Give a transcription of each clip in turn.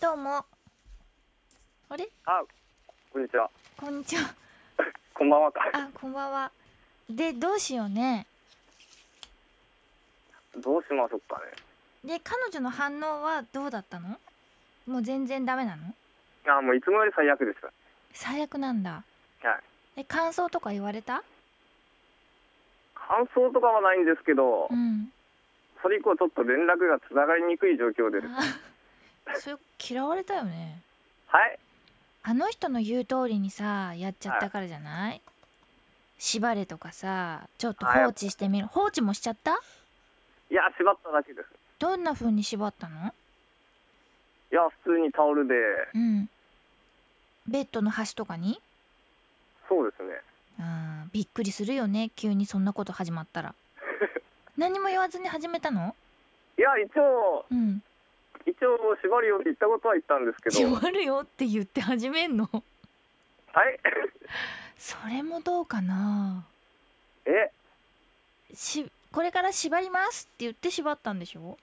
どうも。あれ、あ、こんにちは。こんにちは。こんばんはか。 あ、こんばんは。で、どうしようね。どうしましょうかね。で、彼女の反応はどうだったの。もう全然ダメなの。あ、もういつもより最悪です。最悪なんだ。はい。え、感想とか言われた。感想とかはないんですけどう、ん。それ以降ちょっと連絡がつながりにくい状況でです。あそれ嫌われたよね。はい。あの人の言う通りにさやっちゃったからじゃない、縛れとかさちょっと放置してみる放置もしちゃったいや、縛っただけです。どんな風に縛ったのいや、普通にタオルで、うんベッドの端とかにそうですね。あーびっくりするよね急にそんなこと始まった ら何も言わずに始めたのいや、一応、うん一応縛るよって言ったことは言ったんですけど、縛るよって言って始めんのはい。 それもどうかなえ、しこれから縛りますって言って縛ったんでしょ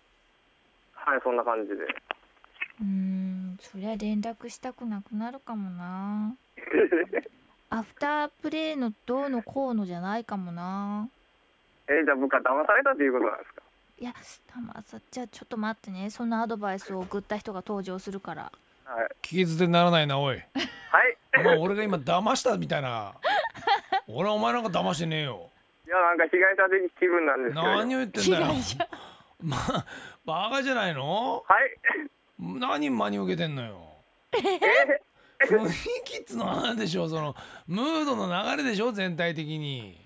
はい、そんな感じで。 うーんそりゃ連絡したくなくなるかもなアフタープレイのどうのこうのじゃないかもなえ、じゃあ僕は騙されたということなんですか。いやたまさじゃあちょっと待ってねそんなアドバイスを送った人が登場するからはい。聞き捨てならないなおいはい。お前俺が今騙したみたいな俺はお前なんか騙してねえよ いや、なんか被害者的気分なんですけど。何を言って んだよ被害者まあバカじゃないのはい。何真に受けてんのよえ、雰囲気っつのはなんでしょうそのムードの流れでしょ全体的に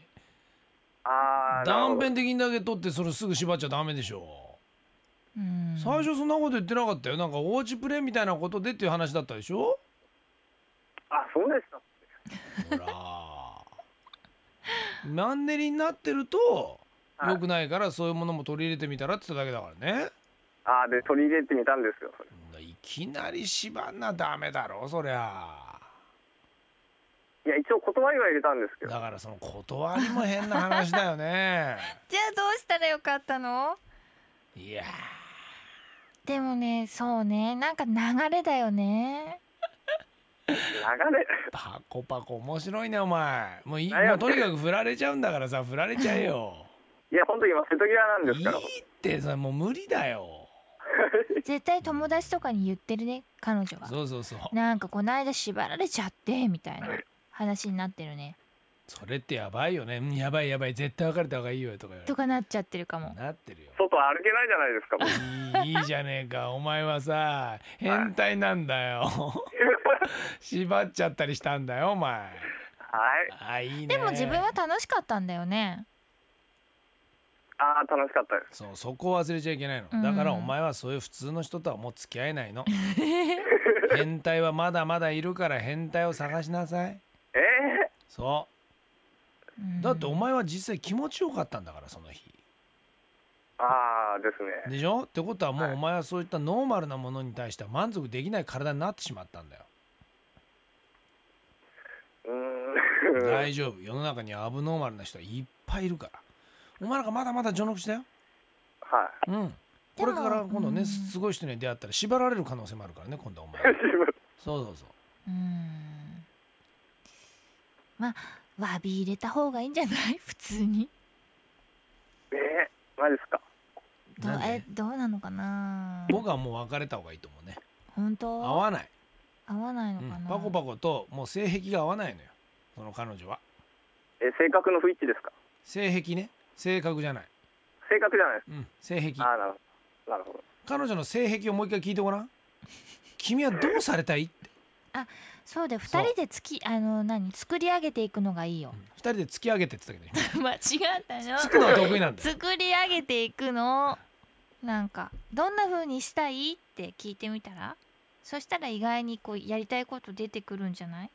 あー、なるほ断ど片的にだけ取ってそれすぐ縛っちゃダメでしょうーん最初そんなこと言ってなかったよなんかおうちプレイみたいなことでっていう話だったでしょあ、そうでした。ほらマンネリになってるとはい良くないからそういうものも取り入れてみたらって言っただけだからねあーで取り入れてみたんですよそれいきなり縛んなダメだろそりゃいや一応断りは入れたんですけどだからその断りも変な話だ よねじゃあどうしたらよかったのいやでもねそうねなんか流れだよね流れーパコパコ面白いねお前もういい何やもうとにかく振られちゃうんだからさ振られちゃえよいや本当に今瀬戸際なんいですいからってさもう無理だよ絶対友達とかに言ってるね彼女がそうそうそうなんかこないだ縛られちゃってみたいな話になってるねそれってやばいよねうんやばいやばい絶対別れた方がいいよとか言われとてかなっちゃってるかもなってるよ外歩けないじゃないですか もういいいいじゃねえかお前はさ変態なんだよ縛っちゃったりしたんだよお前はいあいいねでも自分は楽しかったんだよねあー楽しかったですそうそこを忘れちゃいけないうんのだからお前はそういう普通の人とはもう付き合えな いの変態はまだまだいるから変態を探しなさいえー、そううんだってお前は実際気持ちよかったんだからその日あーですねでしょってことはもはういお前はそういったノーマルなものに対しては満足できない体になってしまったんだようーん大丈夫世の中にアブノーマルな人はいっぱいいるからお前なんかまだまだ序の口だよはうんこれから今度うねんすごい人に出会ったら縛られる可能性もあるからね今度はお前 い自分そうそうそううんまあ詫び入れた方がいいんじゃない 普通に えー、マジですかどなうんえでどうなのかな僕はもう別れた方がいいと思うね本合当わない、合わないのうかな、ん、パコパコともう性癖が合わないのよその彼女はえ性格の不一致ですか性癖ね性格じゃない、性格じゃないでうん、性癖すあーなるほどなるほど彼女の性癖をもう一回聞いてごらん君はどうされたいってそうでそ二う人でつきあの何作り上げていくのがいいよ二人で突き上げてって言ってたけ ど間違ったのつくのは得意なんだよ作り上げていくのなんかどんな風にしたいって聞いてみたらそしたら意外にこうやりたいこと出てくるんじゃない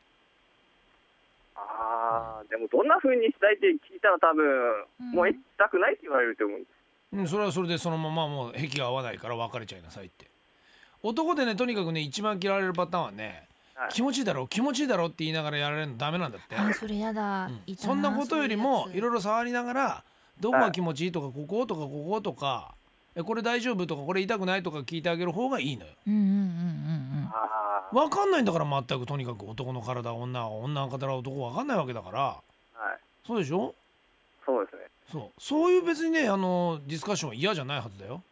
あーでもどんな風にしたいって聞いたら多分、うんもうエッチしたくないって言われると思うんですうん、それはそれでそのままもう癖が合わないから別れちゃいなさいって男でねとにかくね一番嫌われるパターンはね、はい気持ちいいだろう気持ちいいだろうって言いながらやられるのダメなんだって、あそれやだ、うんいたそんなことよりもそういいうやろいろ触りながらどこが気持ちいいとかこことかこことかえこれ大丈夫とかこれ痛くないとか聞いてあげる方がいいのよつうんうんうんうんあわかんないんだから全くとにかく男の体女は女の体男わかんないわけだからあ、はい。そうでしょそうですね。そうそういう別にねあのディスカッションは嫌じゃないはずだよ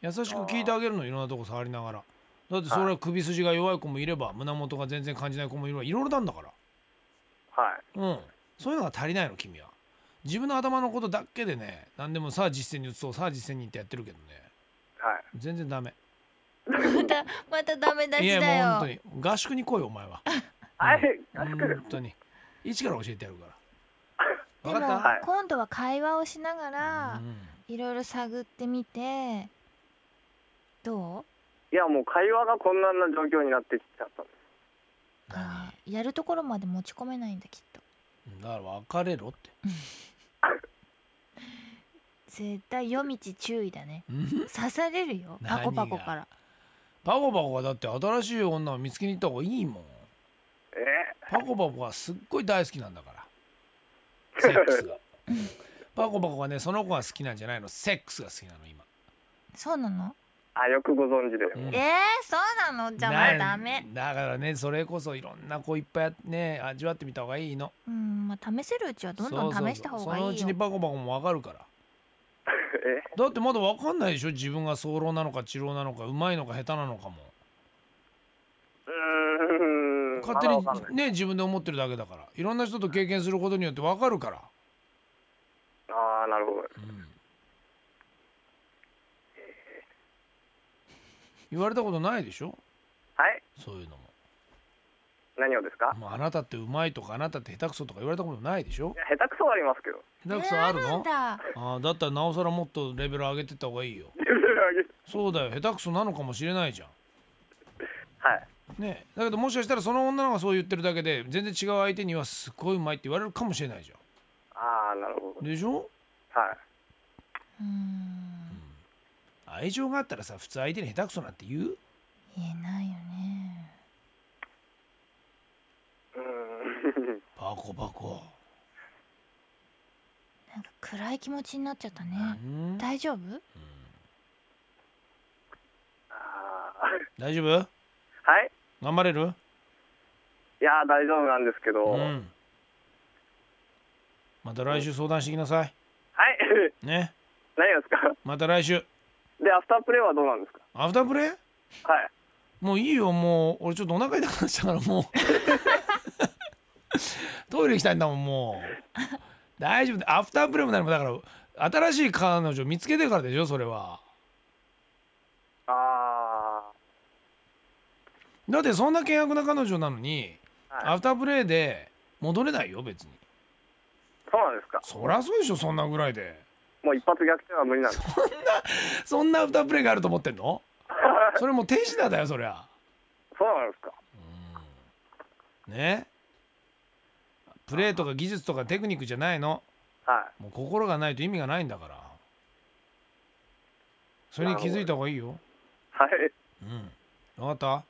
優しく聞いてあげるのいろんなとこ触りながらだってそれは首筋が弱い子もいれば胸元が全然感じない子もいればいろいろなんだからはい。うんそういうのが足りないの君は自分の頭のことだけでね何でもさあ実践に移そうさあ実践にってやってるけどねはい。全然ダメまたまたダメ出いしやもだう本よ当に合宿に来いよお前はあ れ、合宿です本当に一から教えてやるから で分もかっはい今度は会話をしながた、らいろいろ探ってみてどいや、もう会話がこんなな状況になってきちゃったんでうやるところまで持ち込めないんだきっとうん、だから別れろって絶対夜道注意だねうん刺されるよパ何がコパコからパコパコはだって新しい女を見つけに行った方がいいもんす。えパコパコはすっごい大好きなんだからセックスがパコパコはねその子が好きなんじゃないのセックスが好きなの今そうなのあ、よくご存知で。うんえー、そうなのじゃあもうダメなだからねそれこそいろんな子いっぱいね味わってみた方がいいのうんまあ試せるうちはどんどんそうそうそう試した方がいいそよのうちにパコパコも分かるからえだってまだ分かんないでしょ自分が早漏なのか治療なのかうまいのか下手なのかもうーん。勝手まだわかんないにね自分で思ってるだけだからいろんな人と経験することによって分かるから、ああ、なるほど。うん言われたことないでしょはい。そういうのも何をですかもうあなたってうまいとかあなたって下手くそとか言われたことないでしょいや下手くそはありますけど。下手くそあるえーあるんのだああだったらなおさらもっとレベル上げてった方がいいよそうだよ下手くそなのかもしれないじゃんはい。ねえだけどもしかしたらその女の子がそう言ってるだけで全然違う相手にはすっごいうまいって言われるかもしれないじゃああ、なるほど。んでしょはい。うん愛情があったらさ普通相手に下手くそなんて言う言えないよねうーん。 バコバコ、なんか暗い気持ちになっちゃったうねん、大丈夫あ大丈夫あ。はい。頑張れるいやー、大丈夫なんですけど。うはい。 んまた来週相談してきなさいね何がですかまた来週で、アフタープレイはどうなんですかアフタープレイはい。もういいよもう俺ちょっとお腹痛くなっちゃうからもう トイレ行きたいんだもんもう大丈夫アフタープレイも何もだから新しい彼女見つけてからでしょそれはあだってそんな険悪な彼女なのに、はいアフタープレイで戻れないよ別にあ。そうなんですかそりゃそうでしょそんなぐらいでもう一発逆転は無理なんです。そんなアフタープレイがあると思ってんのそれもう手品だよそりゃそうなんですかねプレーとか技術とかテクニックじゃないのはい。もう心がないと意味がないんだからそれに気づいた方がいいよはい。うん分かっ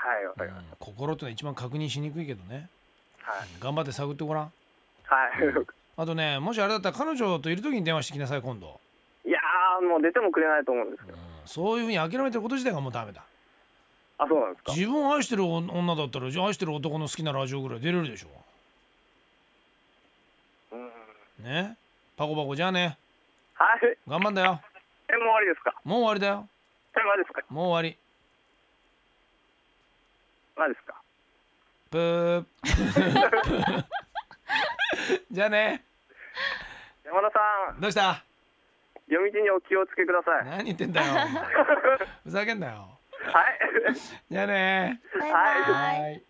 はい、わた、かうりんまし、心ってのは一番確認しにくいけどねた。はい。頑張って探ってごらんはあとねもしあれだったら彼女といる時に電話してきなさい今度、い。いやー、もう出てもくれないと思うんですうけんど。、そういうふうに諦めてること自体がもうダメだあ、そうなんですか。自分を愛してる女だったら愛してる男の好きなラジオぐらい出れるでしょうん。はい。ねパコパコじゃあね頑張んだよえ、もう終わりですかもう終わりだよえ、まですかもう終わりまですかプー じゃあね山田さん、どうした夜道にお気をつけください。何言ってんだよお前ふざけんなよはい。じゃあねバイバイ、はいはい